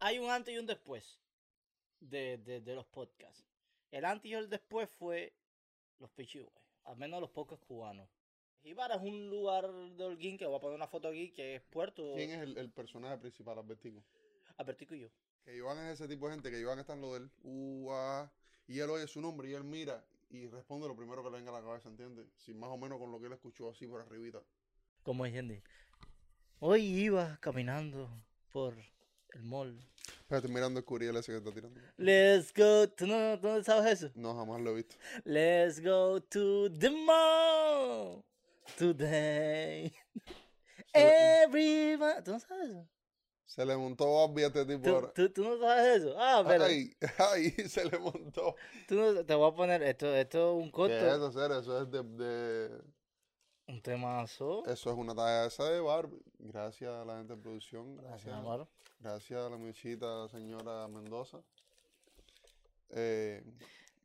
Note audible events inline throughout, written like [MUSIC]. hay un antes y un después de, de, de los podcasts. El antes y el después fue los pichihues, al menos los podcasts cubanos. Jíbara es un lugar de Holguín que voy a poner una foto aquí, que es Puerto, ¿Quién es el, el personaje principal, Albertico? Albertico y yo. Que Iván es ese tipo de gente, que Iván está en lo del UA, y él oye su nombre y él mira y responde lo primero que le venga a la cabeza, ¿entiendes? Si más o menos con lo que él escuchó así por arribita. Como entendí. Hoy iba caminando por el mall. Pero estoy mirando el curiel ese que está tirando. Let's go. ¿Tú no, tú no sabes eso? No, jamás lo he visto. Let's go to the mall today. eh. Everyone. ¿Tú no sabes eso? Se le montó Bobby a este tipo ¿Tú, ahora. tú, tú no sabes eso? Ah, pero Ay, [LAUGHS] ay, se le montó. tú no- te voy a poner esto, esto es un ¿Qué es corto, eso, ser? Eso es de, de- un temazo. Eso es una talla esa de Barbie. Gracias a la gente de producción. Gracias, Gracias, Amaro. gracias a la muchita señora Mendoza. Eh,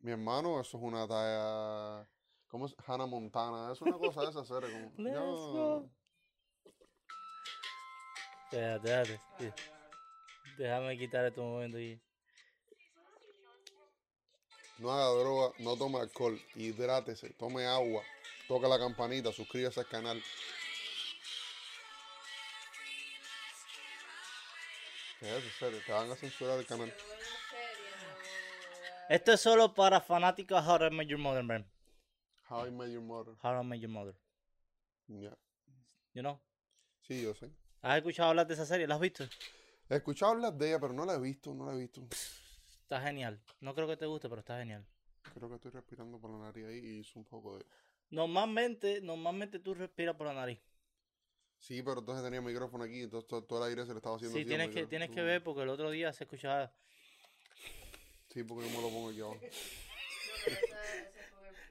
mi hermano, eso es una talla... ¿Cómo es? Hannah Montana. Es una cosa de esa, ser. Como... Let's yo- go. Espérate, espérate. sí. Déjame quitar este momento y No haga droga, no tome alcohol, hidrátese, tome agua, toca la campanita, suscríbase al canal. ¿Qué es eso, serio? Te van a censurar el canal. Esto es solo para fanáticos de How I Met Your Mother, man. How I Met Your Mother. How I Met Your Mother. Ya. You know? Sí, yo sé. ¿Has escuchado hablar de esa serie? ¿La has visto? He escuchado hablar de ella, pero no la he visto, no la he visto. Está genial. No creo que te guste, pero está genial. Creo que estoy respirando por la nariz ahí y hizo un poco de... Normalmente, normalmente tú respiras por la nariz. Sí, pero entonces tenía el micrófono aquí, entonces todo, todo el aire se le estaba haciendo Sí, así al tienes que, micrófono. tienes que ver porque el otro día se escuchaba. Sí, porque yo me lo pongo aquí abajo.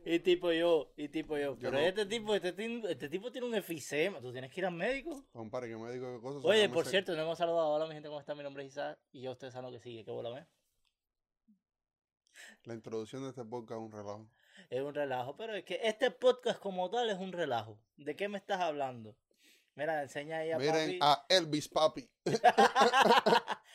Y tipo yo, y tipo yo. Pero no- este tipo, este, tin- este tipo tiene un efisema. Tú tienes que ir al médico. Compadre, que médico de cosas. Oye, sacame por ese- cierto, no hemos saludado. Hola, mi gente, ¿cómo está? Mi nombre es Isaac. Y yo, ustedes saben lo que sigue. ¿Qué bola ves? La introducción de este podcast es un relajo. Es un relajo, pero es que este podcast como tal es un relajo. ¿De qué me estás hablando? Mira, enseña ahí a Miren ah, papi a [LAUGHS] Elvis Papi.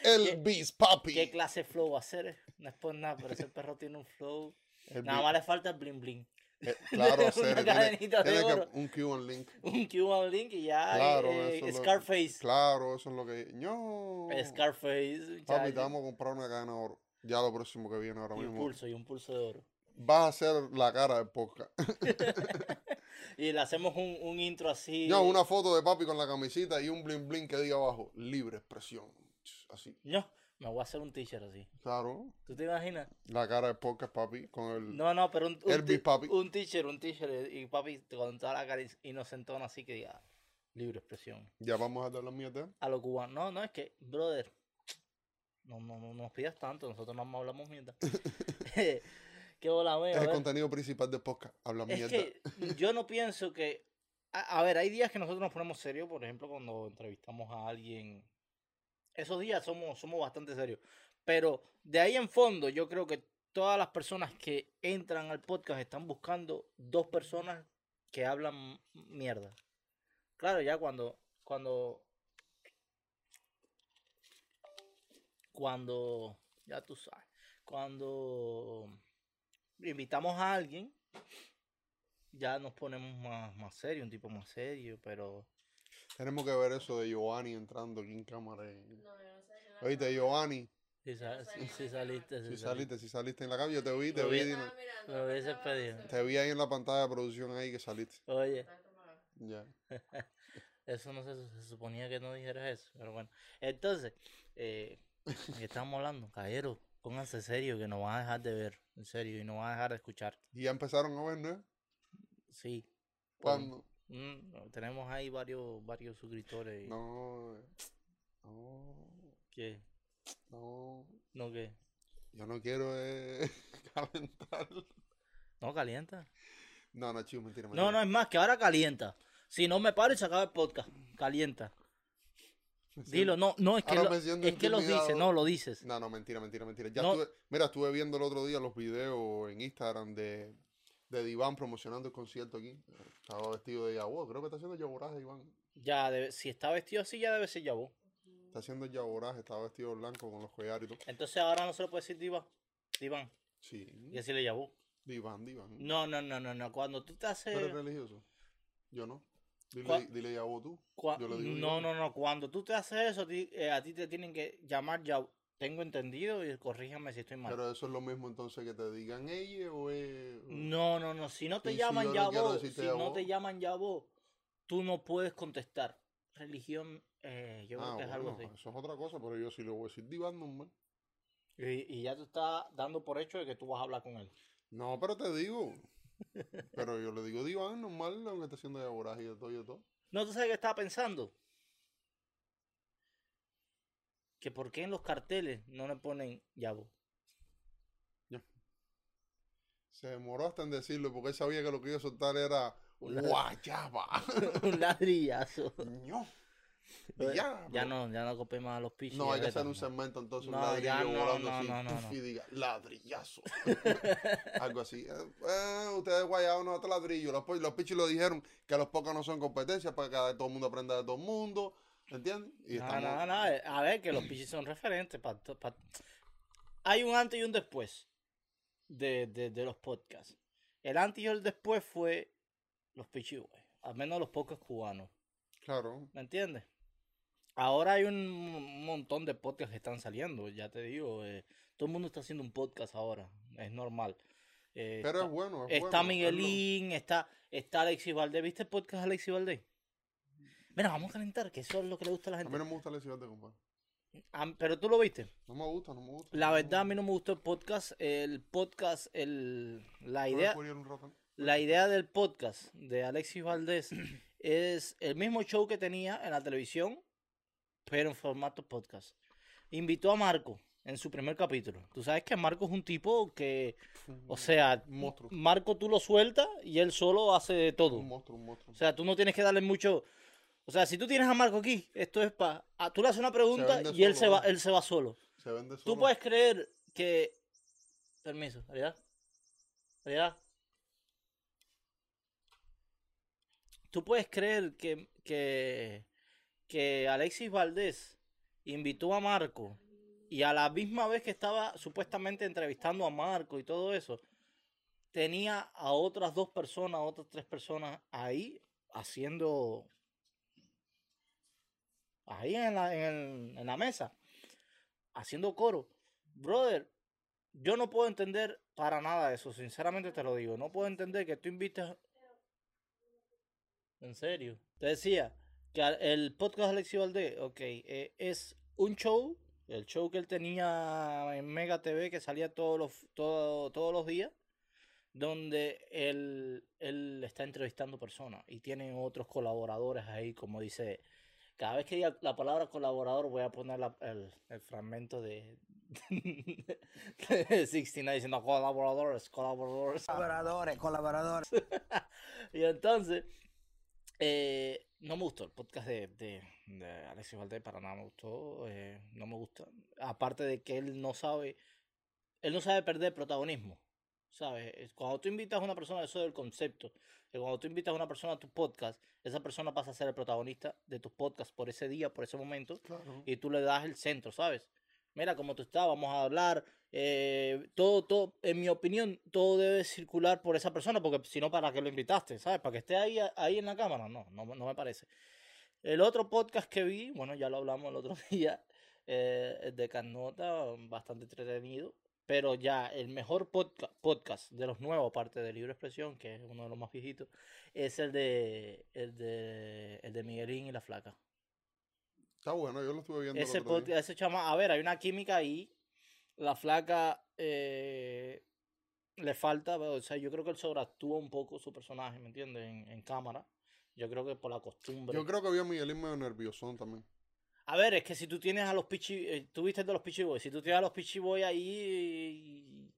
Elvis Papi. qué clase de flow va a hacer. No es por nada, pero [LAUGHS] ese perro tiene un flow. Elvis- Nada más le falta el bling bling. [LAUGHS] eh, claro, una hacer, tiene, cadenita de tiene que- oro. un Cuban Link. Un Cuban Link y ya Claro, eh, eso es lo- Scarface. Claro, eso es lo que. No. Scarface. Papi, muchacho. te vamos a comprar una cadena de oro. Ya lo próximo que viene ahora y un mismo. pulso, y un pulso de oro. Vas a hacer la cara del podcast. Y le hacemos un, un intro así. Yo, una foto de papi con la camisita y un bling bling que diga abajo. Libre expresión. Así. No, me voy a hacer un t-shirt así. Claro. ¿Tú te imaginas? La cara del podcast, papi. Con el. No, no, pero un, un, Elvis, ti- Mm. papi. un t-shirt, un t-shirt. Y papi con toda la cara in- inocentona así que diga, libre expresión. Ya vamos a dar las mierdas. A lo cubano. No, no, es que, brother, no, no, no nos pidas tanto. Nosotros no más hablamos [LAUGHS] mierda. [LAUGHS] Qué bola, Es el veo. contenido principal del podcast. Habla mierda. Es que yo no pienso que. A, a ver, hay días que nosotros nos ponemos serios, por ejemplo, cuando entrevistamos a alguien. Esos días somos, somos bastante serios. Pero de ahí en fondo, yo creo que todas las personas que entran al podcast están buscando dos personas que hablan mierda. Claro, ya cuando. Cuando. Cuando. Ya tú sabes. Cuando invitamos a alguien, ya nos ponemos más, más serio, un tipo más serio, pero Tenemos que ver eso de Giovanni entrando aquí en cámara. y- No, yo no sé si la Oíste, Giovanni, si, sa- Sí, si- si sí, saliste, si si saliste. saliste, si saliste en la calle, yo te vi, te Lo vi, vi. y estaba no- mirando, Lo hubieses estaba pedido. haciendo- te vi ahí en la pantalla de producción ahí que saliste. Oye, Está tomado. Ya. eso no se, se suponía que no dijeras eso, pero bueno. Entonces, eh, ¿de ¿qué estábamos hablando? Caballero, pónganse serio que nos van a dejar de ver, en serio, y nos van a dejar de escuchar. Y ya empezaron a ver, ¿no? Sí. por- Cuando. mm, tenemos ahí varios varios suscriptores. No. eh, No. que No. ¿No qué? Yo no quiero eh, [LAUGHS] calentar. ¿No calienta? No, no, chico, mentira, mentira. No, no, es más que ahora calienta. Si no me paro y se acaba el podcast, calienta. [LAUGHS] Me siento- Dilo, no, no, es que, Ahora lo, me siento es que lo intimidado. dices, no, lo dices. No, no, mentira, mentira, mentira. Ya No. estuve, mira, estuve viendo el otro día los videos en Instagram de, de Diván promocionando el concierto aquí. Estaba vestido de Yahoo, creo que está haciendo Yaboraje, Iván. Ya, debe- si está vestido así, ya debe ser Yabu. Está haciendo el yaboraje, está vestido de blanco con los collares y todo. Entonces ahora no se lo puede decir diva, diván, Sí. y decirle yabú. Diván, diván. No, no, no, no, no. Cuando tú te ¿Tú eres haces. religioso? Yo no. Dile, ¿Cuál? dile Yahoo tú. cua- yo le digo no, diván. no, no. Cuando tú te haces eso, a ti, eh, a ti te tienen que llamar yabú. Tengo entendido y corríjame si estoy mal. Pero eso es lo mismo entonces que te digan ella o es... No, no, no. Si no te Y si llaman yo no quiero Yabó, si decirte no Yabó. te llaman Yabó, tú no puedes contestar. Religión, eh, yo creo Ah, que es algo bueno, así. eso es otra cosa, pero yo sí le voy a decir diván normal. Y, y ya te está dando por hecho de que tú vas a hablar con él. No, pero te digo. pero yo le digo diván normal, aunque esté haciendo yaboraje y de todo y de todo. No, tú sabes que estaba pensando. Que por qué en los carteles no le ponen Yabó. Se demoró hasta en decirlo porque él sabía que lo que iba a soltar era Una- guayaba. [LAUGHS] Un ladrillazo. No. Pero Ya, Ya no, ya no copé más a los pichis. No, hay que vete, hacer un no. segmento entonces, un No, ya ladrillo no, volando no, así. no, no, puf, no. Y diga, ladrillazo. [LAUGHS] Algo así. Eh, eh, ustedes guayados no hasta ladrillo. Los, po- los pichis lo dijeron que los pocos no son competencia para que todo el mundo aprenda de todo el mundo. ¿Entiendes? Y No, estamos- no, no, eh, A ver, que los pichis son referentes. pa- to- pa- Hay un antes y un después de, de- de los podcasts. El antes y el después fue los pichis, güey. Al menos los podcasts cubanos. Claro. ¿Me entiendes? Ahora hay un mon- montón de podcasts que están saliendo. Ya te digo, eh, todo el mundo está haciendo un podcast ahora. Es normal. Eh, Pero está, es bueno. Es está bueno, es lo- Miguelín, está, está Alexis Valdés. ¿Viste el podcast de Alexis Valdés? Mira, vamos a calentar, que eso es lo que le gusta a la A gente. mí no me gusta la ciudad de compadre. Ah, pero tú lo viste. No me gusta, no me gusta. La no me verdad, a gusta. mí no me gustó el podcast. El podcast, el, la, Voy a idea, descubrir un rato. la idea del podcast de Alexis [CLEARS THROAT] Valdés es el mismo show que tenía en la televisión, pero en formato podcast. Invitó a Marco en su primer capítulo. Tú sabes que Marco es un tipo que, o sea, Mm, Un monstruo. Marco tú lo sueltas y él solo hace de todo. Un monstruo, un monstruo. O sea, tú no tienes que darle mucho. O sea, si tú tienes a Marco aquí, esto es para. Tú le haces una pregunta vende y él se solo, va, ¿no? él se va solo. Se vende solo. Tú puedes creer que. Permiso, ¿realidad? ¿Realidad? Tú puedes creer que, que, que Alexis Valdés invitó a Marco y a la misma vez que estaba supuestamente entrevistando a Marco y todo eso, tenía a otras dos personas, a otras tres personas ahí haciendo. ahí en la, en el- en la mesa haciendo coro. Brother, yo no puedo entender para nada eso, sinceramente te lo digo. No puedo entender que tú invitas. En serio. Te decía que al- el podcast de Alexis Valdés, ok, eh, es un show, el show que él tenía en Mega TV que salía todos los, todo- todos los días, donde él, él está entrevistando personas y tiene otros colaboradores ahí, como dice cada vez que diga la palabra colaborador, voy a poner la- el, el fragmento de, [LAUGHS] de 69 diciendo colaboradores, colaboradores. Colaboradores, colaboradores. Y entonces, eh, no me gustó el podcast de, de, de Alexis Valdés, para nada me gustó, eh, no me gusta. Aparte de que él no sabe, él no sabe perder protagonismo, ¿sabes? Es Cuando tú invitas a una persona, eso es el concepto, que cuando tú invitas a una persona a tu podcast, esa persona pasa a ser el protagonista de tus podcasts por ese día, por ese momento, Claro. y tú le das el centro, ¿sabes? Mira, como tú estás, vamos a hablar. eh, todo, todo, en mi opinión, todo debe circular por esa persona, porque si no, ¿para qué lo invitaste? ¿Sabes? ¿Para que esté ahí, ahí en la cámara? No, no, no me parece. El otro podcast que vi, bueno, ya lo hablamos el otro [LAUGHS] día, eh, el de Carnota, bastante entretenido, pero ya el mejor podca- podcast de los nuevos, aparte de Libre Expresión, que es uno de los más viejitos, es el de, el de, el de Miguelín y la Flaca. Está bueno, yo lo estuve viendo. el Ese, otro día. podcast- ese chama, a ver, hay una química ahí. La flaca eh, le falta, o sea, yo creo que él sobreactúa un poco su personaje, ¿me entiendes? En, en cámara. Yo creo que por la costumbre. Yo creo que había a Miguelín medio nerviosón también. A ver, es que si tú tienes a los Pichi, eh, tú viste el de los Pichi Boys, si tú tienes a los Pichi Boys ahí,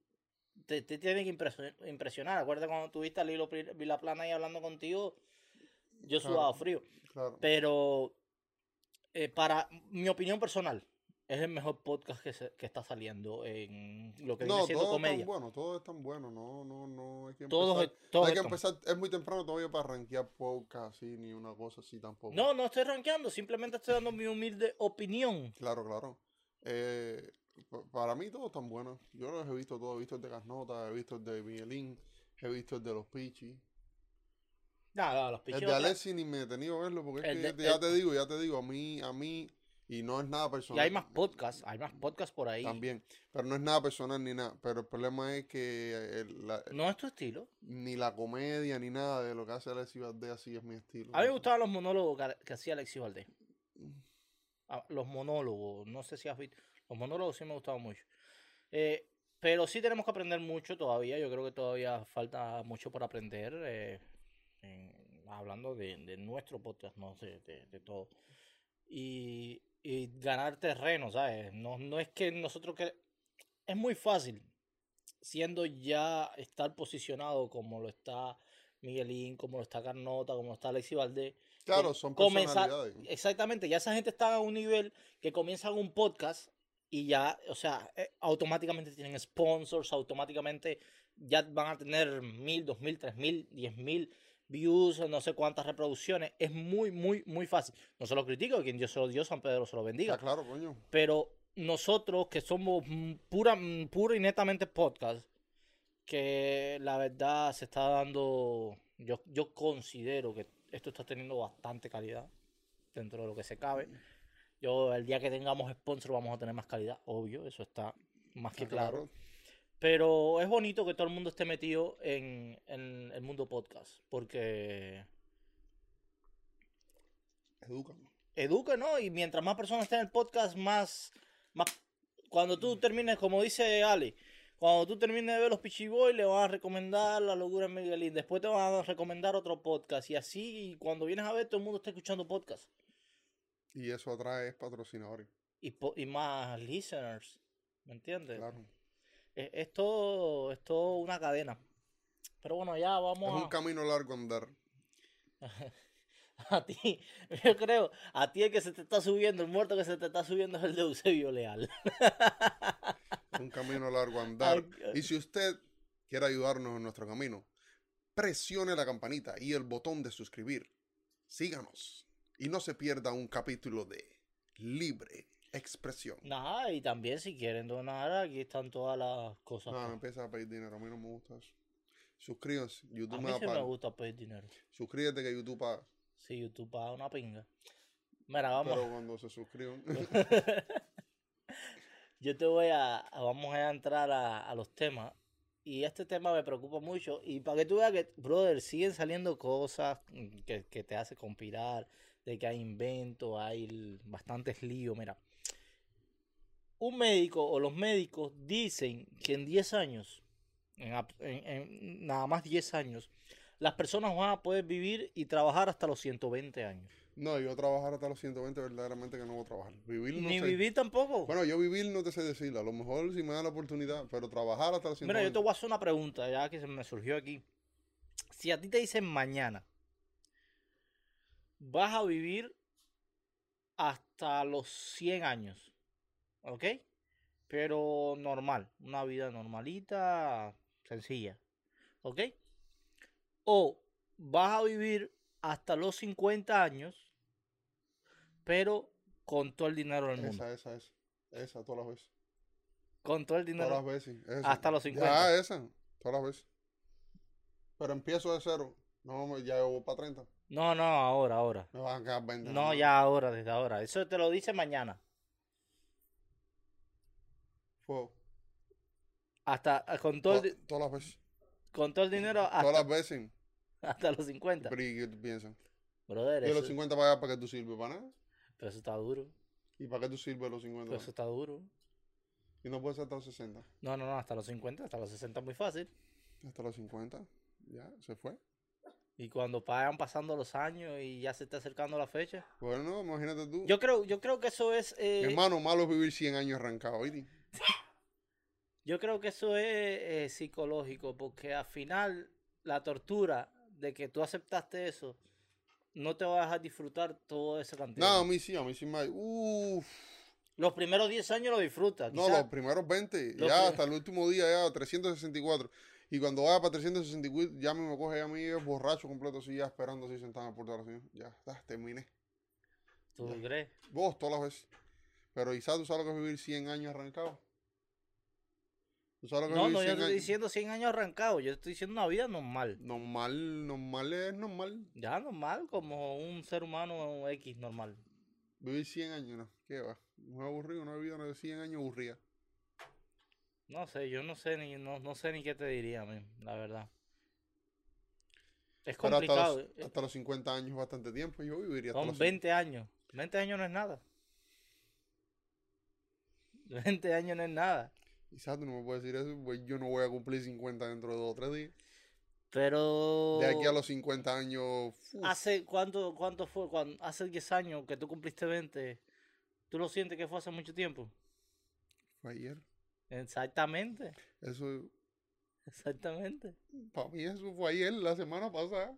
te, te tienen que impresio- impresionar. Acuérdate cuando tuviste a Lilo Pri- Vilaplana ahí hablando contigo, yo Claro. sudaba frío. Claro. Pero eh, para mi opinión personal, es el mejor podcast que, se- que está saliendo en lo que viene No, siendo todos comedia. están buenos, todos están buenos. No, no, no. Hay que empezar. Todos, e, todos hay que están- empezar. Es muy temprano todavía para rankear podcast así, ni una cosa así tampoco. No, no estoy rankeando, simplemente estoy dando mi humilde opinión. Claro, claro. Eh, pa- para mí todos están buenos. Yo los he visto todos. He visto el de Casnota, he visto el de Miguelín, he visto el de los Pichis. Nada, los El picheos. Eh, de Alexi ni me he tenido a verlo porque es El que de- ya el- te digo, ya te digo, a mí, a mí, y no es nada personal. Y hay más podcasts, hay más podcasts por ahí. eh, También, pero no es nada personal ni nada. Pero el problema es que el- la- No es tu estilo. ni la comedia ni nada de lo que hace Alexi Valdés así es mi estilo. A mí me gustaban los monólogos que, que hacía Alexis Valdés. Ah, Los monólogos, no sé si has visto. Los monólogos sí me gustaban mucho. Eh, pero sí tenemos que aprender mucho todavía. Yo creo que todavía falta mucho por aprender. eh, en- hablando de, de nuestro podcast, no de, de, de todo. Y, y ganar terreno, ¿sabes? No, no es que nosotros que. Es muy fácil. Siendo ya estar posicionado como lo está Miguelín, como lo está Carnota, como lo está Alexi Valdés. Claro, com- son comenzar- eh, personalidades. Exactamente, ya esa gente está a un nivel que comienzan un podcast y ya, o sea, eh, automáticamente tienen sponsors, automáticamente ya van a tener mil, dos mil, tres mil, diez mil views, no sé cuántas reproducciones. Es muy, muy, muy fácil. No se lo critico, quien Dios se lo dio, San Pedro se lo bendiga. Está Ah, claro, coño. Pero nosotros que somos mm, pura, mm, puro y netamente podcast, que la verdad se está dando, yo, yo considero que esto está teniendo bastante calidad dentro de lo que se cabe. Yo el día que tengamos sponsor vamos a tener más calidad, obvio, eso está más que Está claro. Pero es bonito que todo el mundo esté metido en, en el mundo podcast, porque Edúcame. educa, ¿no? Y mientras más personas estén en el podcast, más, más... Cuando tú termines, como dice Ali, cuando tú termines de ver los Pichiboy, le van a recomendar la locura de Miguelín. Después te van a recomendar otro podcast. Y así, cuando vienes a ver, todo el mundo está escuchando podcast. Y eso atrae patrocinadores. Y, po- y más listeners. ¿Me entiendes? Claro. Es, es todo, es todo una cadena. Pero bueno, ya vamos Es a... un camino largo andar. [LAUGHS] A ti, yo creo, a ti el que se te está subiendo, el muerto que se te está subiendo es el de Eusebio Leal. Es un camino largo andar. Ay, Y si usted quiere ayudarnos en nuestro camino, presione la campanita y el botón de suscribir. Síganos. Y no se pierda un capítulo de Libre Expresión. Nada, y también si quieren donar, aquí están todas las cosas. No, no Ah, empieza a pedir dinero. A mí no me gusta eso. Suscríbanse. a YouTube mí me da sí me palo. gusta pedir dinero. Suscríbete que YouTube paga. Si YouTube paga una pinga. Mira, vamos. Pero cuando se suscriban. [LAUGHS] Yo te voy a, a- vamos a entrar a, a los temas. Y este tema me preocupa mucho. Y para que tú veas que, brother, siguen saliendo cosas mm, que, que te hace conspirar, de que hay invento, hay l- bastantes líos. Mira, un médico o los médicos dicen que en 10 años, en ap- en- en nada más 10 años, las personas van a poder vivir y trabajar hasta los 120 años. no, yo trabajar hasta los 120 verdaderamente que no voy a trabajar. Vivir no Ni sé. vivir tampoco. Bueno, yo vivir no te sé decir. A lo mejor si me da la oportunidad. Pero trabajar hasta los 120. Mira, yo te voy a hacer una pregunta ya que se me surgió aquí. Si a ti te dicen mañana, vas a vivir hasta los 100 años, ¿ok? Pero normal, una vida normalita, sencilla, ¿ok? O vas a vivir hasta los 50 años, pero con todo el dinero del mundo. Esa, esa, esa. Esa, todas las veces. Con todo el dinero. Todas las veces. esa. Hasta los 50. Ya, esa. Todas las veces. Pero empiezo de cero. No, me- ya yo voy para 30. No, no, ahora, ahora. Me van a quedar 20. No, ya ahora, desde ahora. Eso te lo dice mañana. Fue- Hasta eh, con todo el, to- di- todas las veces. con todo el dinero Todas hasta, las veces. [LAUGHS] hasta los 50. Pero ¿y qué tú piensas? Brother, Yo eso, los 50 para allá, ¿para qué tú sirves? ¿Para nada? pero eso está duro. ¿Y para qué tú sirves los Pero 50? eso está duro. Y no puedes ser hasta los 60. No, no, no, hasta los 50, hasta los 60 muy fácil. Hasta los 50. Ya, se fue. Y cuando vayan pasando los años y ya se está acercando la fecha. Bueno, imagínate tú. Yo creo, yo creo que eso es. eh, Mi hermano, malo es vivir 100 años arrancado, ¿oíste? Yo creo que eso es eh, psicológico, porque al final la tortura de que tú aceptaste eso no te va a dejar disfrutar toda esa cantidad. No, a mí sí, a mí sí me... Uff, Los primeros 10 años lo disfrutas. No, quizás. los primeros 20, Los ya prim- hasta el último día, ya 364. Y cuando vaya para 364, ya me coge a mí es borracho completo, así ya esperando, así sentado en el portal, así. Ya, ah, terminé. ¿Tú crees? Vos, todas las veces. Pero Isa, ¿tú sabes lo que es vivir 100 años arrancado? ¿Tú sabes lo que es No, vivir no, yo 100 te estoy años? diciendo 100 años arrancado. Yo te estoy diciendo una vida normal. Normal, normal es normal. Ya normal, como un ser humano X normal. Vivir 100 años, ¿no? ¿Qué va? No es aburrido, una vida de 100 años aburrida. No sé, yo no sé ni, no, no sé ni qué te diría, men, la verdad. Es Pero hasta complicado. los, eh, hasta los 50 años es bastante tiempo. Yo viviría hasta Son los 20 años. 20 años no es nada. [LAUGHS] 20 años no es nada. Quizás tú no me puedes decir eso, pues yo no voy a cumplir 50 dentro de dos o tres días. Pero. De aquí Oh. a los 50 años. uf, ¿Hace cuánto, cuánto fue? Cuando, hace 10 años que tú cumpliste 20. ¿Tú lo sientes que fue hace mucho tiempo? fue ayer. Exactamente. [LAUGHS] Eso, Exactamente. para mí eso fue ayer, la semana pasada.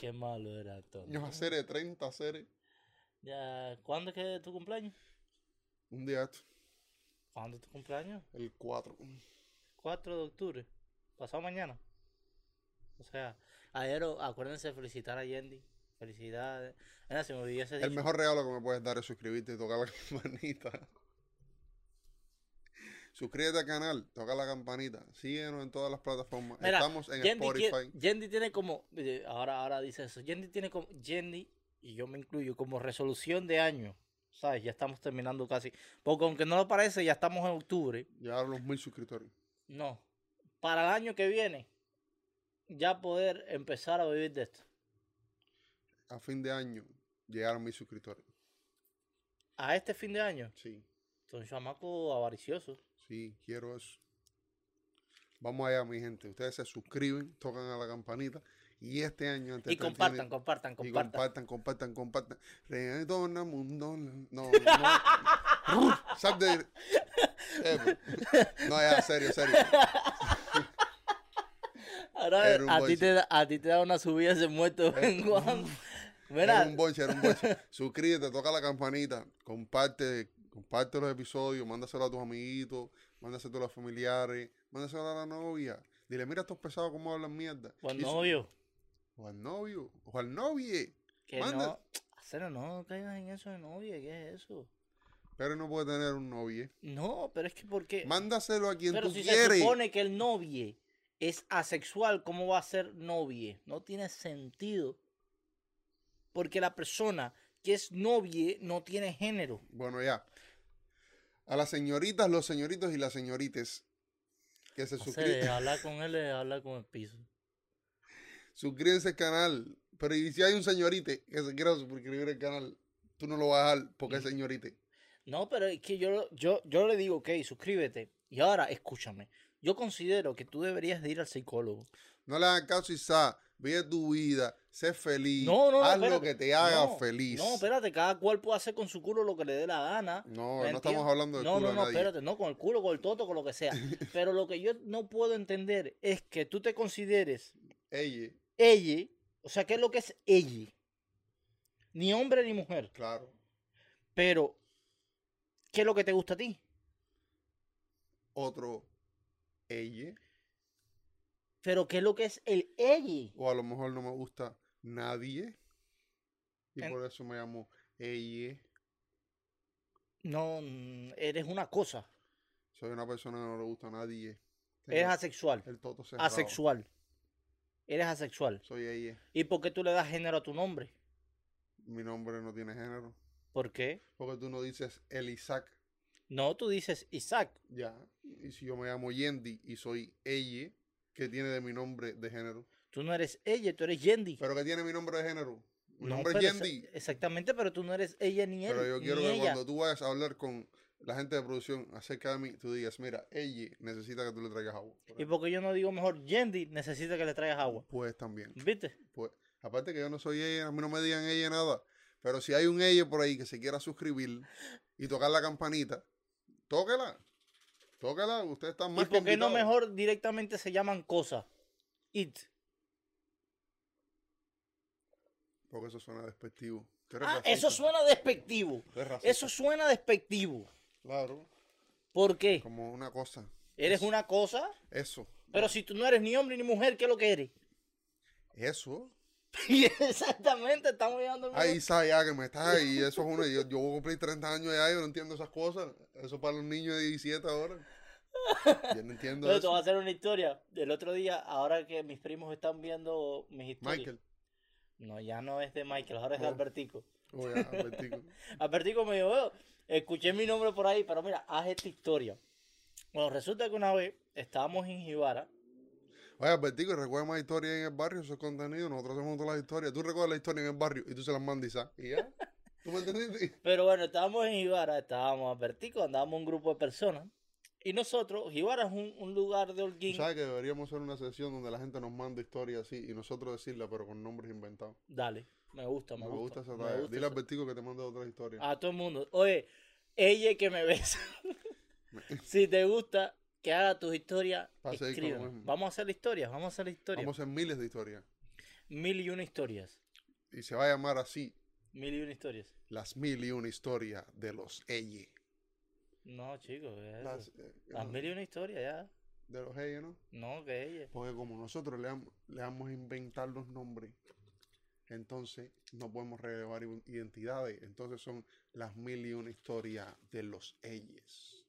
Qué malo era todo. Yo hacer 30, hacer Ya, ¿Cuándo es que es tu cumpleaños? un día esto, ¿Cuándo es tu cumpleaños? el 4. 4 de octubre, pasado mañana. O sea, ayer, o- acuérdense de felicitar a Yendi. Felicidades. Mira, si me hubiese El dicho, mejor regalo que me puedes dar es suscribirte y tocar la [LAUGHS] campanita. Suscríbete al canal, toca la campanita, síguenos en todas las plataformas. Mira, Estamos en Yendi, tie- Spotify. Yendi tiene como, eh, ahora, ahora dice eso, Yendi tiene como, Yendi, y yo me incluyo, como resolución de año. ¿Sabes? Ya estamos terminando casi. Porque aunque no lo parece, ya estamos en octubre. Llegaron los mil suscriptores. No. Para el año que viene, ya poder empezar a vivir de esto. A fin de año llegaron mil suscriptores. A este fin de año, Sí, son un chamaco avaricioso. sí, quiero eso. Vamos allá, mi gente. Ustedes se suscriben, tocan a la campanita. Y este año antes Y del compartan, 31 compartan, Y compartan. compartan, compartan, compartan. Redona mundo. No, [LAUGHS] no. Ruf, Stop there. Eh, bro. No, ya, [LAUGHS] serio, serio. [LAUGHS] Ahora Era un a ti, boys. te da, a ti te da una subida ese [LAUGHS] muerto en Juan. Era Mira, un bonche, era un bonche. Suscríbete, toca la campanita, comparte, comparte los episodios, mándaselo a tus amiguitos, mándaselo a los familiares, mándaselo a la novia. Dile, mira estos pesados cómo hablan mierda. Juan Y su- pues novio. O al novio, o al novie. Que manda- no. Acero, no caigas en eso de novia, ¿qué es eso? Pero no puede tener un novie. No, pero es que porque. Mándaselo a quien Eh, Pero tú si se quieres. supone que el novie es asexual, ¿cómo va a ser novie? No tiene sentido. Porque la persona que es novie no tiene género. Bueno, ya. A las señoritas, los señoritos y las señorites que se suscriben. hablar con él es hablar con el piso. Suscríbanse al canal. Pero y si hay un señorite que se quiera suscribir al canal, tú no lo vas a dejar porque es señorite. No, pero es que yo, lo- yo, yo le digo, ok, suscríbete. Y ahora, escúchame. Yo considero que tú deberías de ir al psicólogo. No le hagas caso, Isa. Vive tu vida. Sé feliz. No, no, no. Haz lo espérate. que te haga No, feliz. No, espérate, cada cual puede hacer con su culo lo que le dé la gana. No, ¿me no estamos entiendes? hablando del No, culo no, de no, nadie. espérate, no, con el culo, con el toto, con lo que [LAUGHS] sea. Pero lo que yo no puedo entender es que tú te consideres Ella, ella, o sea, ¿qué es lo que es ella? Ni hombre ni mujer, claro. pero ¿qué es lo que te gusta a ti? Otro, ella. Pero ¿qué es lo que es el ella? O a lo mejor no me gusta nadie. Y En- por eso me llamo ella. No, mm, eres una cosa. Soy una persona que no le gusta a nadie. Tengo Eres asexual. el toto cerrado. Asexual. Eres asexual. Soy ella. ¿Y por qué tú le das género a tu nombre? Mi nombre no tiene género. ¿Por qué? Porque tú no dices el Isaac. No, tú dices Isaac. Ya. Y si yo me llamo Yendi y soy ella, ¿qué tiene de mi nombre de género? Tú no eres ella, tú eres Yendi. ¿Pero qué tiene mi nombre de género? Mi No, nombre es pero esa- Yendi. Exactamente, pero tú no eres ella ni él. Pero yo quiero ni que ella. cuando tú vayas a hablar con la gente de producción acerca de mí, tú digas, mira, ella necesita que tú le traigas agua. por Y ejemplo. porque yo no digo mejor Yendi, necesita que le traigas agua. Pues también. ¿Viste? Pues, aparte que yo no soy ella, a mí no me digan ella nada. Pero si hay un ella por ahí que se quiera suscribir y tocar la campanita, tóquela. Tóquela, ustedes están ¿Y más por qué no invitados. mejor directamente se llaman cosas? It. Porque eso suena despectivo. Tú eres Ah, racista. eso suena despectivo. Tú eres racista. Eso suena despectivo. Claro, ¿Por qué? como una cosa. Eres una cosa, Eso, pero si tú no eres ni hombre ni mujer, ¿qué es lo que eres? [LAUGHS] eso. Y exactamente, estamos llegando al mismo- Ahí sabe ya que me está y eso es uno. Yo, yo voy a cumplir 30 años ya, yo no entiendo esas cosas. Eso para los niños de 17 ahora. Yo no [LAUGHS] entiendo Pero te voy a eso. hacer una historia. El otro día, ahora que mis primos están viendo mis historias. Michael. No, ya no es de Michael, ahora es de Oh. Albertico. Oh, ya, Albertico. Albertico me dijo, "Oh, escuché mi nombre por ahí, pero mira, haz esta historia. Bueno, resulta que una vez estábamos en Jibara. Oye, Albertico, recuerda más historias en el barrio, esos contenidos. Nosotros hacemos todas las historias. Tú recuerdas la historia en el barrio y tú se las mandas y sa- y ya. ¿Tú me [LAUGHS] entendiste? Pero bueno, estábamos en Jibara, estábamos en Albertico, andábamos un grupo de personas. Y nosotros, Jibara es un, un lugar de Tú holguín. sabes que deberíamos hacer una sesión donde la gente nos manda historias así y nosotros decirla, pero con nombres inventados. Dale, me gusta, me, Me gusta. gusta esa me tarea. gusta esa- Dile a Ah, Albertico que te mande otras historias. A todo el mundo. Oye, ella que me [LAUGHS] besa. si te gusta, que haga tus historias, Para seguir con lo escríbeme. mismo. Vamos a hacer historias, vamos a hacer historias. Vamos a hacer miles de historias. Mil y una historias. Y se va a llamar así, Mil y una historias. las mil y una historias de los Eye. No, chicos, ¿qué es eso? Las, Las, eh, mil y una historias ya. de los Eye, ¿no? No, que ella. Porque como nosotros le, damos- le vamos a inventar los nombres, entonces no podemos relevar i- identidades. Entonces son las mil y una historias de los Eyes.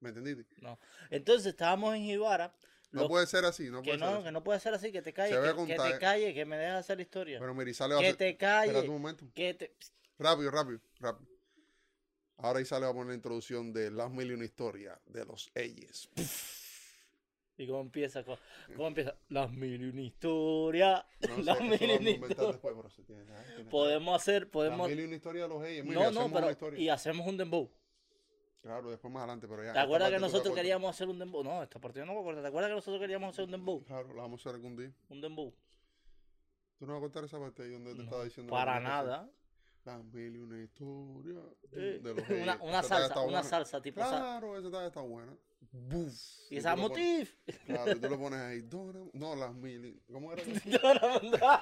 ¿Me entendiste? No. Entonces estábamos en Ibarra. No los- puede ser así, no que puede ser no, así. que no puede ser así, que te calles, Se va a que, que contar. te calles, que me dejas hacer historia. Pero mira, y sale va a que hacer- te Espérate calles, un momento. que te... Rápido, rápido, rápido. Ahora Isale va a poner la introducción de las mil y una historias de los Eyes. Y cómo empieza, co- cómo empieza, las mil y una historias, [LAUGHS] No sé, las eso mil y lo una vamos a inventar historias. después, pero se tiene- ah, tiene- Podemos hacer, Las podemos... mil y una historia de los Eyes. Mira, No, hacemos no, una pero... historia. Y hacemos un dembow. Claro, después más adelante, pero ya. ¿Te esta acuerdas parte que tú la nosotros cortas. queríamos hacer un dembow? No, esta partida no me acuerdo. ¿Te acuerdas que nosotros queríamos hacer un dembow? Claro, la vamos a hacer algún día. Un dembow. Tú no vas a contar esa parte ahí donde te No, estaba diciendo. lo que Para tenías que hacer. nada. Las mil y una historia Eh, de [LAUGHS] los una Reyes. una Esa talla salsa, está una buena. salsa, tipo sal- Claro, esa talla está buena. Buf. Y esa tú le pones- motif. [LAUGHS] [LAUGHS] Claro, y tú le pones ahí. "Dona-" No, las mil y. [LAUGHS] ¿Cómo era? que- Esa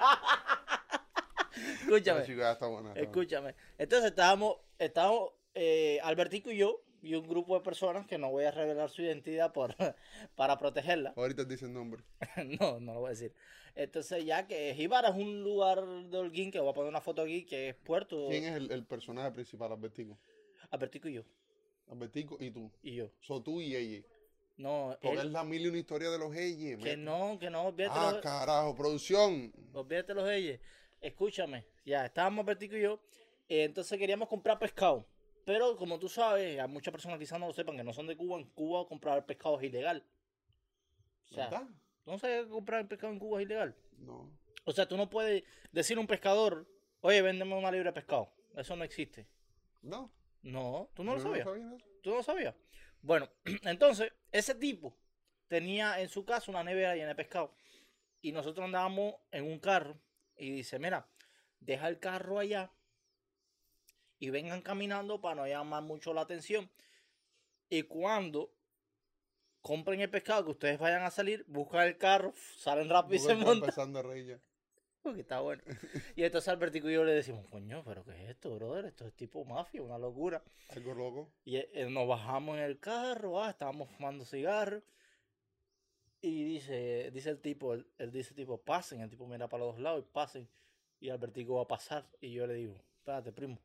escúchame, chica está buena. está buena. escúchame. Entonces estábamos, estábamos eh, Albertico y yo y un grupo de personas que no voy a revelar su identidad por, [LAUGHS] para protegerla. [LAUGHS] Ahorita dicen nombre. No, no lo voy a decir. Entonces ya que Jibara es un lugar de Holguín que voy a poner una foto aquí que es Puerto ¿Quién es el, el personaje principal? Albertico. Albertico y yo Albertico y tú. y yo. So tú y ella. No, Porque él- es la mil y una historia de los Reyes. que mira. no, que no, olvídate Ah, los- carajo, producción. Olvídate los ellos. Escúchame, ya estábamos Albertico y yo. eh, entonces queríamos comprar pescado. Pero como tú sabes, a muchas personas quizás no lo sepan, que no son de Cuba, en Cuba comprar pescado es ilegal. O sea, ¿Verdad? ¿no sabes que comprar pescado en Cuba es ilegal? No. O sea, tú no puedes decir a un pescador, oye, véndeme una libra de pescado. Eso no existe. No. No, tú no yo lo sabías. sabía eso. Tú no lo sabías. Bueno, [CLEARS THROAT] entonces, ese tipo tenía en su casa una nevera llena de pescado. Y nosotros andábamos en un carro. Y dice, mira, deja el carro allá. Y vengan caminando para no llamar mucho la atención. Y cuando compren el pescado que ustedes vayan a salir, buscan el carro, salen rápido y Google se está montan. [LAUGHS] empezando a reír ya. Porque está bueno. Y entonces Albertico y yo le decimos, coño, pero ¿qué es esto, brother? Esto es tipo mafia, una locura. Algo loco. Y eh, eh, nos bajamos en el carro, ah, estábamos fumando cigarros. Y dice, dice el tipo, el- él dice tipo, pasen, el tipo mira para los dos lados y pasen. Y Albertico va a pasar. Y yo le digo, espérate, primo,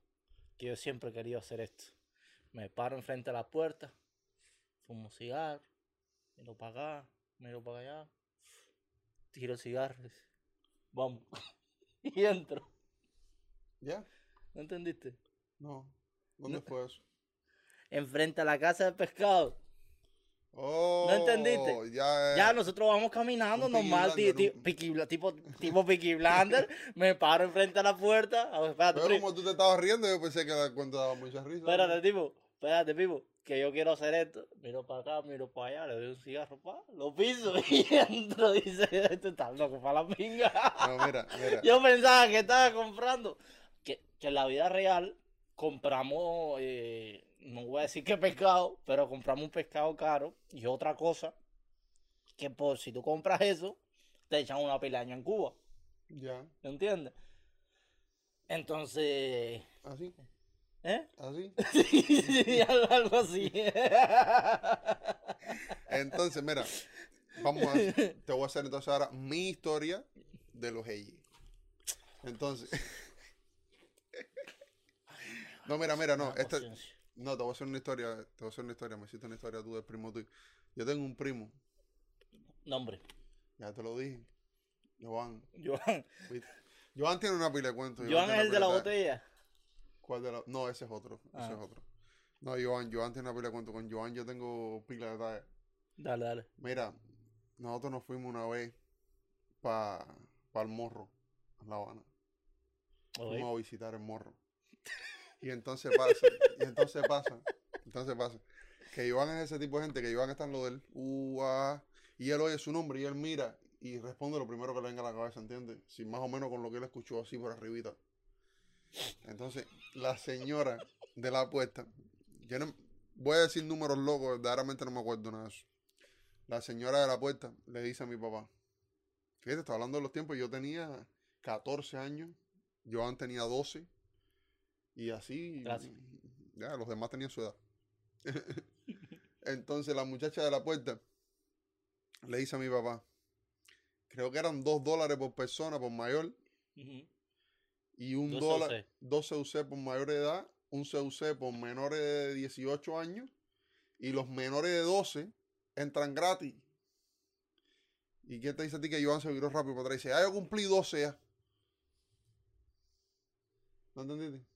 que yo siempre he querido hacer esto. Me paro enfrente a la puerta, fumo un cigarro, miro para acá, miro para allá, tiro el cigarro, dice, vamos. [LAUGHS] y entro. ¿Ya? ¿No entendiste? No. ¿Dónde No. fue eso? Enfrente a la casa de pescado. Oh, entendiste? Ya, eh. Ya, nosotros vamos caminando un Peaky normal, ti- ti- Blinder, un- Peaky Bl- tipo, tipo Peaky [LAUGHS] Blinder, me paro enfrente a la puerta, a ver, espérate, Pero primo, como tú te estabas riendo, yo pensé que la cuenta daba mucha risa. ¿no? espérate, tipo, espérate, tipo, que yo quiero hacer esto, miro para acá, miro para allá, le doy un cigarro, pa, lo piso [LAUGHS] y entro, dice, esto está loco para la pinga. No, mira, [LAUGHS] mira. Yo pensaba que estaba comprando, que, que en la vida real compramos, eh, no voy a decir qué pescado, pero compramos un pescado caro y otra cosa, que por si tú compras eso, te echan una pilaña en Cuba. Ya. ¿Me entiendes? Entonces, Así, ¿eh? [LAUGHS] así. Sí, algo algo así. Entonces, mira, vamos [LAUGHS] a, te voy a hacer entonces ahora mi historia de los Eiji. Entonces, [LAUGHS] no, mira, mira, no, esta, Paciencia. no, te voy a hacer una historia, te voy a hacer una historia, me hiciste una historia tú del primo tuyo. Yo tengo un primo, Nombre. ya te lo dije, Joan. Joan. ¿viste? Joan tiene una pila de cuentos. Joan es tiene una el de la pila botella. ¿Cuál de la- No, ese es otro, ese Ah. es otro. No, Joan, Joan tiene una pila de cuentos, con Joan yo tengo pila de detalles. Dale, dale. Mira, nosotros nos fuimos una vez para el morro, a La Habana. Ok. Fuimos a visitar el morro. Y entonces pasa, y entonces pasa, entonces pasa. Que Joan es ese tipo de gente, que Joan está en lo del UA, y él oye su nombre y él mira y responde lo primero que le venga a la cabeza, ¿entiendes? Si más o menos con lo que él escuchó así por arribita. Entonces, la señora de la apuesta, yo no, voy a decir números locos, verdaderamente no me acuerdo nada de eso. La señora de la puerta le dice a mi papá, fíjate, está hablando de los tiempos, yo tenía 14 años, Joan tenía 12, y así, Gracias. ya, los demás tenían su edad. [LAUGHS] Entonces la muchacha de la puerta le dice a mi papá, creo que eran 2 dólares por persona, por mayor, Ujú. y un 12 dólar, UC. 12 UC por mayor de edad, un CUC por menores de 18 años, y los menores de 12 entran gratis. ¿Y quién te dice a ti que Joan se viró rápido para atrás? Y dice, ah, yo cumplí 12 ya. ¿No entendiste?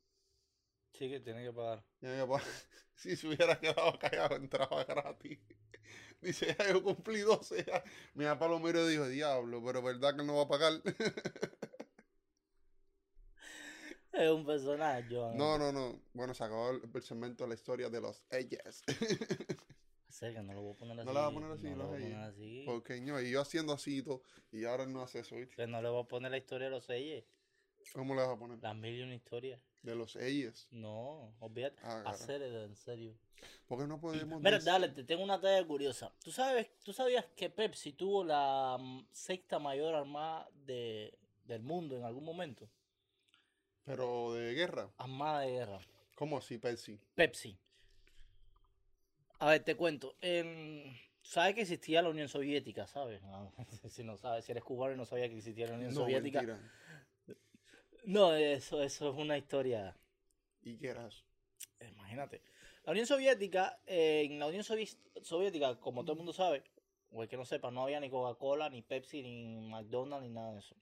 Sí, que tiene que pagar. Ya mi papá, [LAUGHS] si se hubiera quedado callado, entraba gratis. [LAUGHS] Dice, ya yo cumplí 12 ya. Mi papá lo miró y dijo, diablo, pero verdad que él no va a pagar. [LAUGHS] Es un personaje, Joan. No, no, no. Bueno, se acabó el, el segmento de la historia de los ellas. Sé que no lo voy a poner No así. le va a poner así, Pues No lo lo voy a sé. poner así. Porque ño, y yo haciendo así y todo, y ahora él no hace eso, ¿viste? Que Pues no le voy a poner la historia de los Eyes. ¿Cómo le vas a poner? Las mil y una historias. De los ellas. No, olvídate. Ah, claro. Hacer en serio. Porque no podemos Mira, decir- dale, te tengo una tarea curiosa. ¿Tú, sabes, ¿Tú sabías que Pepsi tuvo la mm, sexta mayor armada de, del mundo en algún momento? Pero de guerra. Armada de guerra. ¿Cómo así, Percy? Pepsi. A ver, te cuento. Em, sabes que existía la Unión Soviética, ¿sabes? [LAUGHS] Ah, si no sabes, si eres cubano y no sabías que existía la Unión No, Soviética. mentira. No, eso, eso es una historia. ¿Y qué era eso? Imagínate. La Unión Soviética, eh, en la Unión Sovi- Soviética, como todo el mundo sabe, o el que no sepa, no había ni Coca-Cola, ni Pepsi, ni McDonald's, ni nada de eso.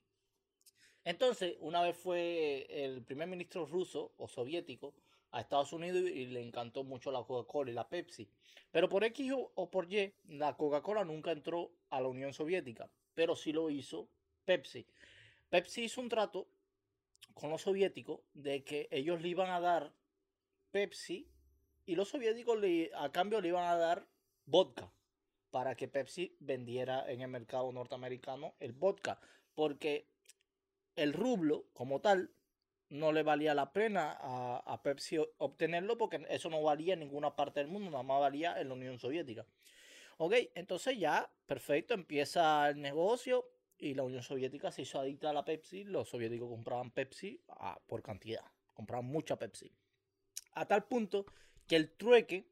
Entonces, una vez fue el primer ministro ruso o soviético a Estados Unidos y y le encantó mucho la Coca-Cola y la Pepsi. Pero por X o o por Y, la Coca-Cola nunca entró a la Unión Soviética, pero sí lo hizo Pepsi. Pepsi hizo un trato con los soviéticos de que ellos le iban a dar Pepsi y los soviéticos le- a cambio le iban a dar vodka para que Pepsi vendiera en el mercado norteamericano el vodka, porque el rublo como tal no le valía la pena a, a Pepsi o- obtenerlo porque eso no valía en ninguna parte del mundo, nada más valía en la Unión Soviética. Ok, entonces ya, perfecto, empieza el negocio y la Unión Soviética se hizo adicta a la Pepsi, los soviéticos compraban Pepsi ah, por cantidad, compraban mucha Pepsi a tal punto que el trueque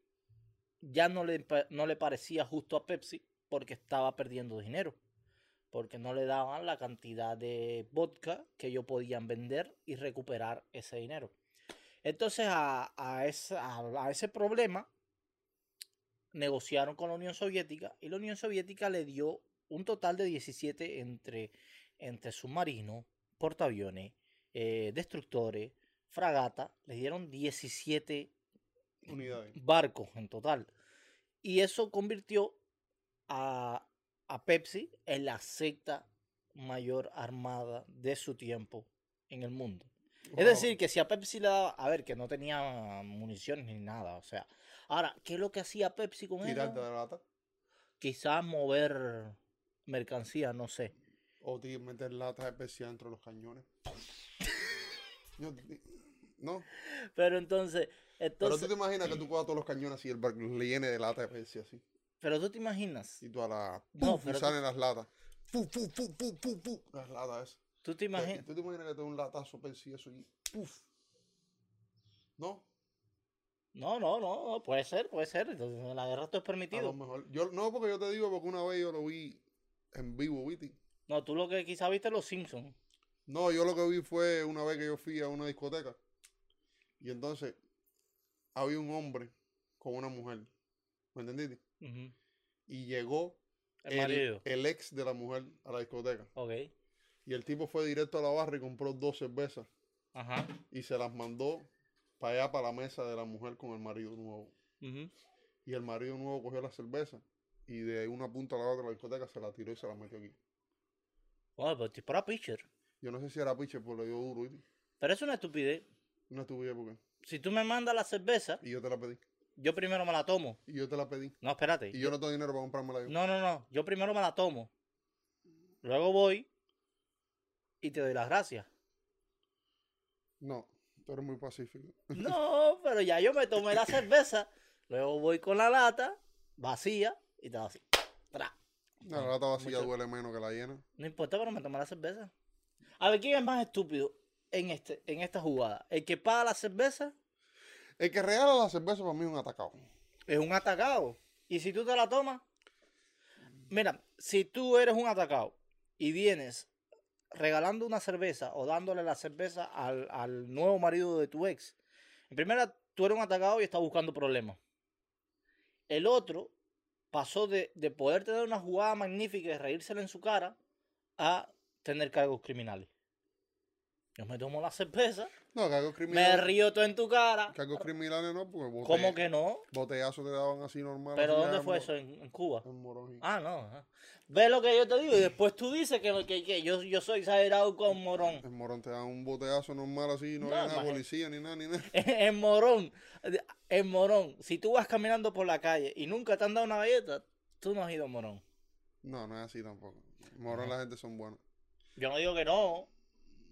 ya no le, pa- no le parecía justo a Pepsi porque estaba perdiendo dinero. Porque no le daban la cantidad de vodka que ellos podían vender y recuperar ese dinero. Entonces a, a esa- a- a ese problema negociaron con la Unión Soviética y la Unión Soviética le dio un total de 17 entre, entre submarinos, portaaviones, eh, destructores, fragata, les dieron 17 Unidades. barcos en total. Y eso convirtió a, a Pepsi en la sexta mayor armada de su tiempo en el mundo. Es decir, que si a Pepsi le daba, a ver, que no tenía municiones ni nada, o sea. Ahora, ¿qué es lo que hacía Pepsi con Tirarte de eso? la lata. Quizás mover mercancía, no sé. O ti- meter latas especiales entre [LAUGHS] los cañones. Yo- no. Pero entonces, Pero tú entonces, te imaginas que tú cojas todos los cañones así, el barco le llene de lata especiales así. pero tú te imaginas, Y tú a la. No, ¡pum! y pero tú- salen las latas. ¡Fu, fu, fu, fu, fu, fu! Las latas esas. ¿Tú te imaginas? ¿Tú te imaginas que te da un latazo pensé eso y ¡puf! ¿No? No, no, no, puede ser, puede ser. Entonces, en la guerra esto es A lo permitido. mejor. Yo, no, porque yo te digo, porque una vez yo lo vi en vivo, ¿viste? No, tú lo que quizá viste es los Simpsons. No, yo lo que vi fue una vez que yo fui a una discoteca. Y entonces había un hombre con una mujer. ¿Me entendiste? Ujú. Y llegó El marido. el ex de la mujer a la discoteca. Ok. Y el tipo fue directo a la barra y compró dos cervezas. Ajá. Y se las mandó para allá, para la mesa de la mujer con el marido nuevo. Ujú. Y el marido nuevo cogió la cerveza. Y de una punta a la otra de la discoteca se la tiró y se la metió aquí. Bueno, pero tipo era pitcher. Yo no sé si era piche, pero le dio duro. ¿viste? Pero es una estupidez. No estuve porque. Si tú me mandas la cerveza, Y yo te la pedí. yo primero me la tomo. Y yo te la pedí. No, espérate. Y yo no tengo dinero para comprármela yo. No, no, no. Yo primero me la tomo. Luego voy y te doy las [LAUGHS] gracias. No, tú eres muy pacífico. No, pero ya yo me tomé la cerveza. Luego voy con la lata vacía y te así. Tra. No, la lata vacía mucho- duele menos que la llena. No importa, pero me tomé la cerveza. A ver, ¿quién es más estúpido en, este, en esta jugada? ¿El que paga la cerveza El que regala la cerveza para mí es un atacado. es un atacado. Y si tú te la tomas, mira, si tú eres un atacado y vienes regalando una cerveza o dándole la cerveza al, al nuevo marido de tu ex, en primera, tú eres un atacado y estás buscando problemas. El otro pasó de, de poder tener una jugada magnífica y reírsela en su cara a tener cargos criminales. Yo me tomo la cerveza, No, cargos me criminales. río todo en tu cara. Cargos criminales no, porque bote- ¿Cómo que no? botellazo te daban así normal. ¿Pero así, dónde ah, fue en eso? ¿En, en Cuba? Moro- en Morojí. Ah, no. ajá. Ve lo que yo te digo y después tú dices que, lo que, que yo, yo soy exagerado con morón. [LAUGHS] En Morón te daban un botellazo normal así, no, No, había nada de imagínate. policía ni nada, ni nada. En morón. En morón. Si tú vas caminando por la calle y nunca te han dado una galleta, tú no has ido a morón. No, no es así tampoco. En Morón la gente son buenos. Yo no digo que no.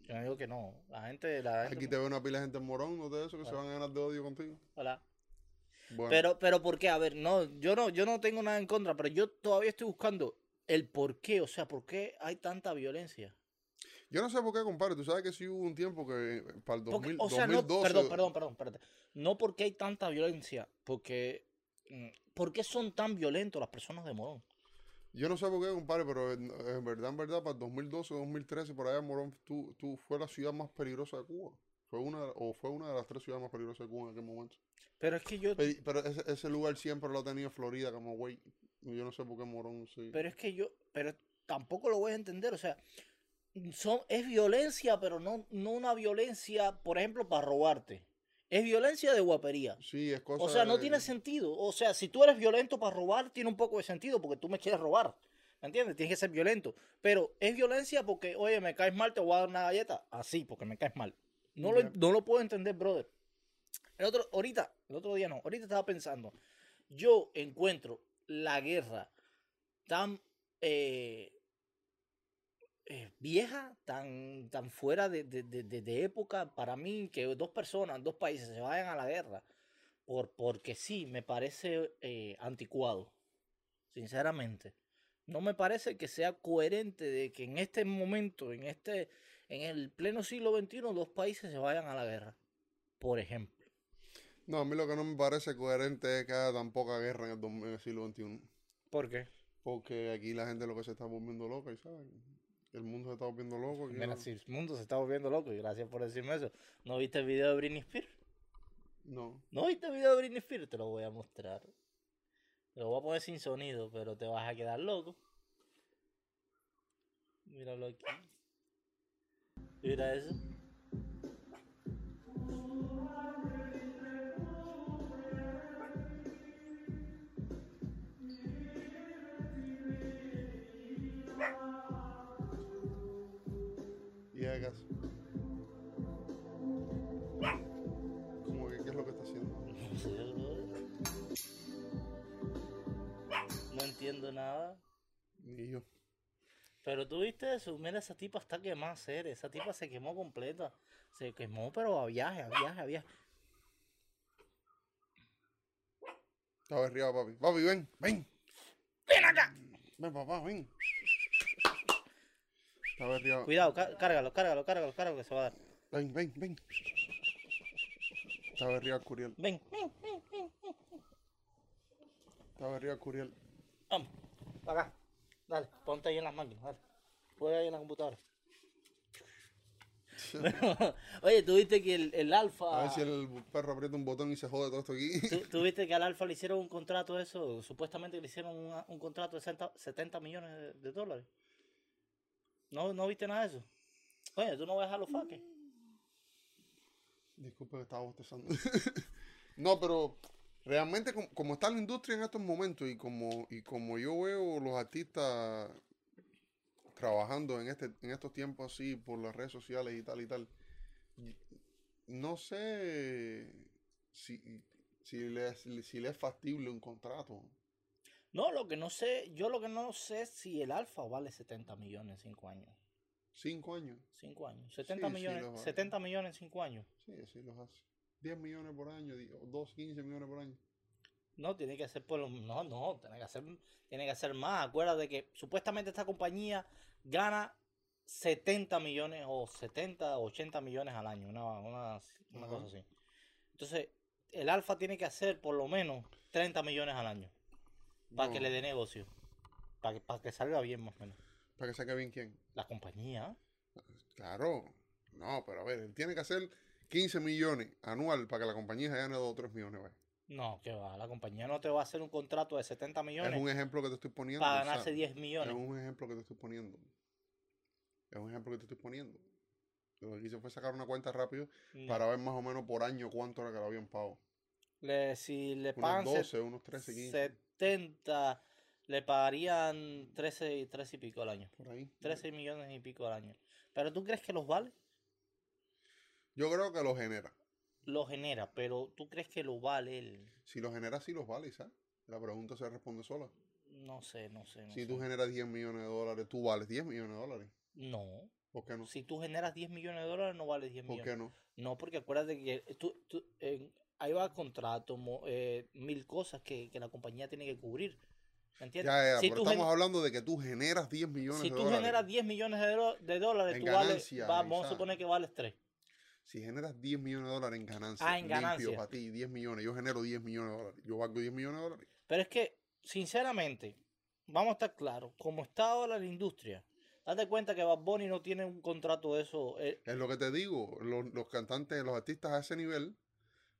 Yo no digo que no. La gente... La gente Aquí te ve una pila de gente en Morón, no te eso, que se van a ganar de odio contigo. Hola. Bueno, Pero, pero ¿por qué? A ver, no, yo no, yo no tengo nada en contra, pero yo todavía estoy buscando el por qué. O sea, ¿por qué hay tanta violencia? yo no sé por qué, compadre. Tú sabes que sí hubo un tiempo que eh, para el Porque, 2000, o sea, 2012. no, perdón, perdón, perdón, espérate. No porque hay tanta violencia, porque mm, ¿por qué son tan violentos las personas de Morón? Yo no sé por qué, compadre, pero en, en verdad, en verdad, para el 2012, 2013, por allá Morón tú, tú fue la ciudad más peligrosa de Cuba. Fue una, de la- o fue una de las tres ciudades más peligrosas de Cuba en aquel momento. Pero es que yo Pe- Pero, ese, ese lugar siempre lo ha tenido Florida, como güey. Yo no sé por qué Morón sí. pero es que yo pero tampoco lo voy a entender, o sea, son es violencia, pero no no una violencia, por ejemplo, para robarte. Es violencia de guapería. sí, es cosa O sea, eh, no de- tiene sentido. O sea, si tú eres violento para robar, tiene un poco de sentido porque tú me quieres robar. ¿Me entiendes? Tienes que ser violento. Pero es violencia porque, oye, me caes mal, te voy a dar una galleta. Así, porque me caes mal. No, Ya. lo, no lo puedo entender, brother. El otro, ahorita, el otro día no, ahorita estaba pensando. Yo encuentro la guerra tan eh, eh, vieja, tan, tan fuera de, de- de- de- de época para mí, que dos personas, dos países se vayan a la guerra, por, porque sí, me parece eh, anticuado, sinceramente. No me parece que sea coherente de que en este momento, en este, en el pleno siglo XXI, dos países se vayan a la guerra, por ejemplo. No, a mí lo que no me parece coherente es que haya tan poca guerra en el, dos- en el siglo XXI. ¿Por qué? Porque aquí la gente lo que se está volviendo loca, ¿y ¿sabes? El mundo se está volviendo loco. aquí Mira, no- si el mundo se está volviendo loco, y gracias por decirme eso. ¿No viste el video de Britney Spears? no. ¿No viste el video de Britney Spears? Te lo voy a mostrar. Te lo voy a poner sin sonido, pero te vas a quedar loco. Míralo aquí. Mira eso. [LAUGHS] Y hagas. Como que, ¿qué es lo que está haciendo? No sé, brother. No entiendo nada. Ni yo. Pero tú viste eso, mira, esa tipa está quemada, ser. Esa tipa se quemó completa. Se quemó, pero a viaje, a viaje, a viaje. Estaba arriba, papi. Papi, ven, ven. ¡Ven acá! Ven, papá, ven. Está berreado. Cuidado, cá- cárgalo, cárgalo, cárgalo, cárgalo que se va a dar. Ven, ven, ven. Está berreado Curiel. Ven, ven, ven, ven. Está berreado Curiel. Vamos, para acá. Dale, ponte ahí en las máquinas, dale. Juega ahí en la computadora. [LAUGHS] Oye, tú viste que el, el A Alfa. ver si el perro aprieta un botón y se jode todo esto aquí. ¿Tú, tú viste que al Alfa le hicieron un contrato de eso, supuestamente le hicieron una- un contrato de 60 70 millones de, de dólares. ¿No, ¿No viste nada de eso? Oye, tú no vas a dejar los faques. Disculpe que estaba bostezando. [LAUGHS] no, pero realmente com- como, está la industria en estos momentos y como, y como yo veo los artistas trabajando en, este, en estos tiempos así por las redes sociales y tal y tal, y- no sé si, si, le, es- si le es factible un contrato. No, lo que no sé, yo lo que no sé es si el Alfa vale 70 millones en 5 años. Cinco años. 5 años. 70 sí, millones, lo vale. 70 millones en 5 años. Sí, sí los hace. 10 millones por año, 2, 15 millones por año. No, tiene que ser por lo No, no, tiene que hacer, tiene que hacer más. Acuérdate que supuestamente esta compañía gana 70 millones o 70, 80 millones al año, una, una, una Ajá. cosa así. Entonces, el Alfa tiene que hacer por lo menos 30 millones al año para que No, le dé negocio, para que, para que salga bien más o menos. Para que saque bien quién. La compañía, Claro, no, pero a ver, él tiene que hacer 15 millones anual para que la compañía se gane 2 o 3 millones. güey. no, que va, la compañía no te va a hacer un contrato de 70 millones Es un ejemplo que te estoy poniendo. para o sea, ganarse 10 Es millones. un ejemplo que te estoy poniendo. Es un ejemplo que te estoy poniendo. Lo que hice fue sacar una cuenta rápido No. para ver más o menos por año cuánto era que lo habían pagado. Le- si le Unos pagan 12, unos 13, 15. 70 le pagarían 13, y- 13 y pico al año. Por ahí. 13 millones y pico al año. Pero tú crees que los vale? Yo creo que lo genera. Lo genera, pero tú crees que lo vale él. Si lo genera, sí los vale, ¿sabes? La pregunta se responde sola. No sé, no sé. No, Si sé. tú generas 10 millones de dólares, tú vales 10 millones de dólares. No. ¿Por qué no? Si tú generas 10 millones de dólares, no vale 10 ¿Por millones. qué no? No, porque acuérdate que tú, tú, eh, ahí va el contrato, mo- eh, mil cosas que, que la compañía tiene que cubrir. ¿Me entiendes? Ya, ya, Si pero tú gen- estamos hablando de que tú generas 10 millones si de tú dólares. generas 10 millones de, do- de dólares, En tú vales- ganancia, vamos a exacto. suponer que vales 3. Si generas 10 millones de dólares en ganancias, Ah, en ganancias. limpios a ti, 10 millones, yo genero 10 millones de dólares, yo valgo 10 millones de dólares. Pero es que, sinceramente, vamos a estar claros, como está ahora la industria, date cuenta que Bad Bunny no tiene un contrato de eso. eh, Es lo que te digo, los, los cantantes, los artistas a ese nivel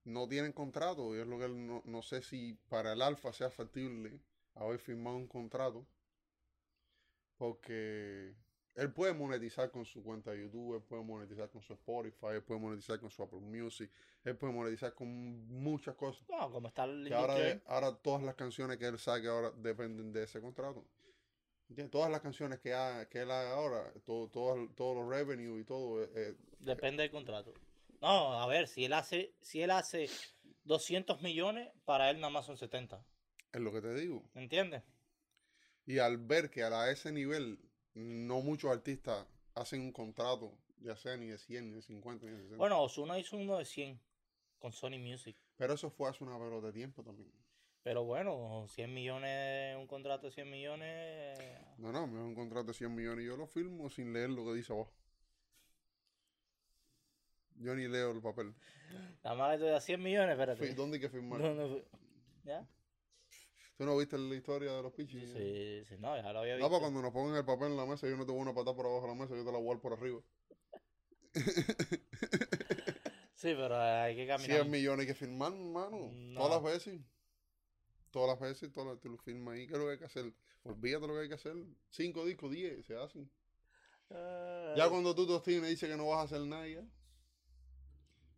no tienen contrato, y es lo que no, no sé si para el Alfa sea factible haber firmado un contrato, porque él puede monetizar con su cuenta de YouTube, él puede monetizar con su Spotify, él puede monetizar con su Apple Music, él puede monetizar con muchas cosas. no, como está la Que ahora, industria. de- ahora todas las canciones que él saque ahora dependen de ese contrato. ¿Entiendes? Todas las canciones que, ha- que él haga ahora, todo, todas- todos los revenue y todo, eh, eh, Depende del contrato. No, a ver, si él hace, si él hace 200 millones, para él nada más son 70. es lo que te digo. ¿Entiendes? Y al ver que a ese nivel no muchos artistas hacen un contrato, ya sea ni de 100, ni de 50, ni de 60. Bueno, Osuna hizo uno de 100 con Sony Music. Pero eso fue hace una pelota de tiempo también. Pero bueno, 100 millones, un contrato de 100 millones. No, no, me da un contrato de 100 millones y yo lo firmo sin leer lo que dice abajo. Yo ni leo el papel. Nada más que te da 100 millones, Fi- espérate. ¿Dónde hay que firmar? No, no, ¿Ya? ¿Tú no viste la historia de los Sí, pichis? sí, no, ya lo había visto. No, para Ah, pues, cuando nos pongan el papel en la mesa, yo no te voy a una patada por abajo de la mesa, yo te la voy a dar por arriba. Sí, pero hay que caminar. 100 millones hay que firmar, mano. No. Todas las veces. Todas las veces, todas las, tú lo firmas ahí. ¿Qué es lo que hay que hacer? Olvídate lo que hay que hacer. 5 discos, 10, se hacen. Ay. Ya cuando tú tostines dices que no vas a hacer nada ya.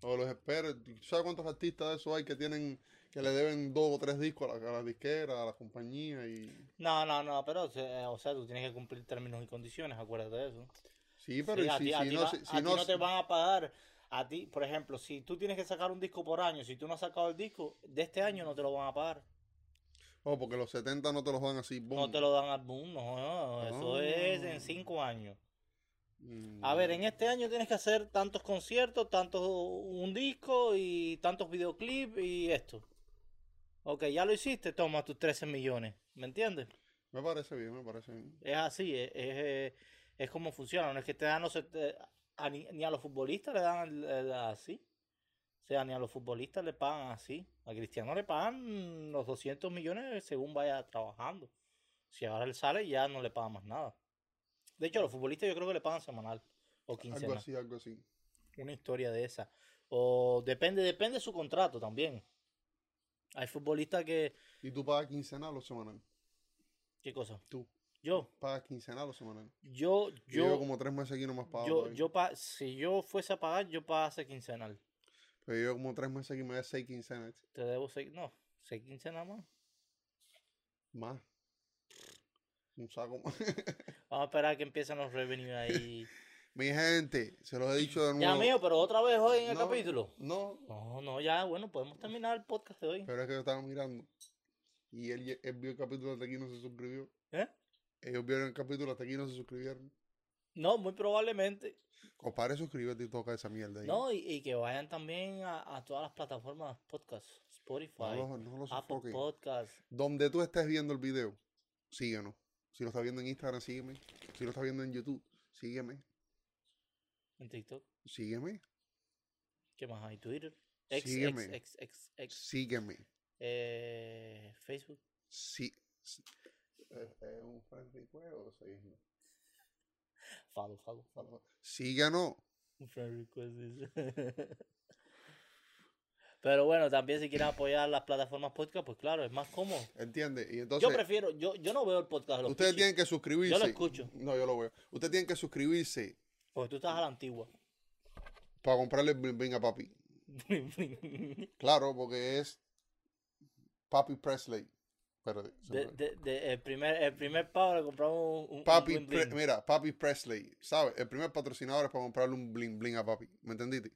O los esperes. ¿Tú ¿Sabes cuántos artistas de esos hay que tienen, que le deben dos o tres discos a la, a la disquera, a la compañía y... No, no, no, pero eh, o sea, tú tienes que cumplir términos y condiciones, acuérdate de eso. Sí, pero Sí, y a si, ti- a si ti no, va- si- a si ti no, no te van a pagar. A ti, por ejemplo, si tú tienes que sacar un disco por año, si tú no has sacado el disco, de este año no te lo van a pagar. Oh, porque los 70 no te los dan así, No boom. te lo dan al boom, no, no, eso es en Oh. cinco años. Mm. A ver, en este año tienes que hacer tantos conciertos, tantos un disco y tantos videoclips y esto. Ok, ya lo hiciste, toma tus 13 millones, ¿me entiendes? Me parece bien, me parece bien. Es así, es, es, eh, es como funciona. No es que te dan los, eh, a ni, ni, a los futbolistas le dan el, el, así. O sea, ni a los futbolistas le pagan así. A Cristiano le pagan los 200 millones según vaya trabajando. Si ahora él sale, ya no le pagan más nada. De hecho, a los futbolistas yo creo que le pagan semanal o quincenal. Algo así, algo así. Una historia de esa. O depende, depende de su contrato también. Hay futbolistas que. ¿Y tú pagas quincenal o semanal? ¿Qué cosa? Tú. Yo. ¿Pagas quincenal o semanal? Yo, yo. Llevo como ah, tres meses aquí nomás pagado. Yo, yo pa si yo fuese a pagar, yo pagase quincenal. Pero yo llevo como tres meses aquí me das seis quincenas. Te debo seis. No, seis quincenas más. Más. Un saco más. [LAUGHS] Vamos a esperar a que empiecen los revenues ahí. Mi gente, se los he dicho de nuevo. Ya mío, pero otra vez hoy en el No, capítulo. No, No, no, ya, bueno, podemos terminar el podcast de hoy. pero es que yo estaba mirando. Y él, él vio el capítulo hasta aquí y no se suscribió. ¿Eh? Ellos vieron el capítulo hasta aquí y no se suscribieron. No, muy probablemente. Compadre, suscríbete y toca esa mierda ahí. No, y, y que vayan también a, a todas las plataformas podcast. no Spotify, lo, no lo Apple sofoques. Podcast. Donde tú estés viendo el video, síguenos. Si lo estás viendo en Instagram, sígueme. Si lo estás viendo en YouTube, sígueme. En TikTok. Sígueme. ¿Qué más hay? Twitter. Ex, Sígueme. ex, ex, ex, ex. Sígueme. Eh, Facebook. Sí. sí. Eh, eh, un friendly juego, seguimos. Follow, follow, follow. Síganos. Un friend request dice. [LAUGHS] Pero bueno, también si quieren apoyar las plataformas podcast, pues claro, es más cómodo. ¿Entiendes? Y yo entonces, prefiero, yo, yo no veo el podcast de los ustedes Pichis, tienen que suscribirse. Yo lo escucho. No, yo lo veo. Ustedes tienen que suscribirse Porque tú estás a la antigua. para comprarle el bling bling [LAUGHS] a papi. De- Claro, porque es Papi Presley. Espérate, se me- de- de- el, primer, el primer pavo le compramos [LAUGHS] un, un Papi, bling Pre- bling. mira, Papi Presley, ¿sabes? El primer patrocinador es para comprarle un bling bling a Papi, ¿me entendiste?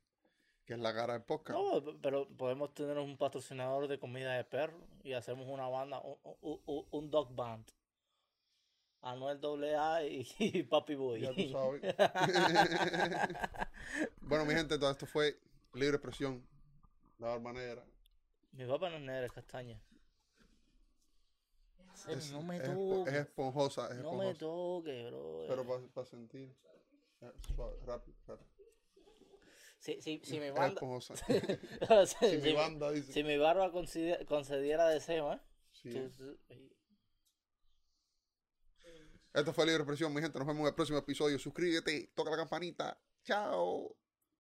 Que es la cara del podcast. No, pero podemos tener un patrocinador de comida de perro y hacemos una banda, un, un- un- un dog band. Anuel AA y, [LAUGHS] y Papi Boy. Ya tú sabes. [LAUGHS] bueno, mi gente, todo esto fue libre expresión. La barba negra. Mi papá no es negro, es castaña. Ese Es, no me es espo- toques. es esponjosa, es no me esponjosa. toques, bro. Pero para sentir. eh, suave, rápido, rápido. si, si, si mi Es banda. [LAUGHS] esponjosa. [LAUGHS] si, Si si mi mi- banda dice. si mi barba concedi- concediera deseo, ¿eh? Sí. Tú- tú- Esto fue libre expresión, mi gente. Nos vemos en el próximo episodio. Suscríbete, toca la campanita. Chao.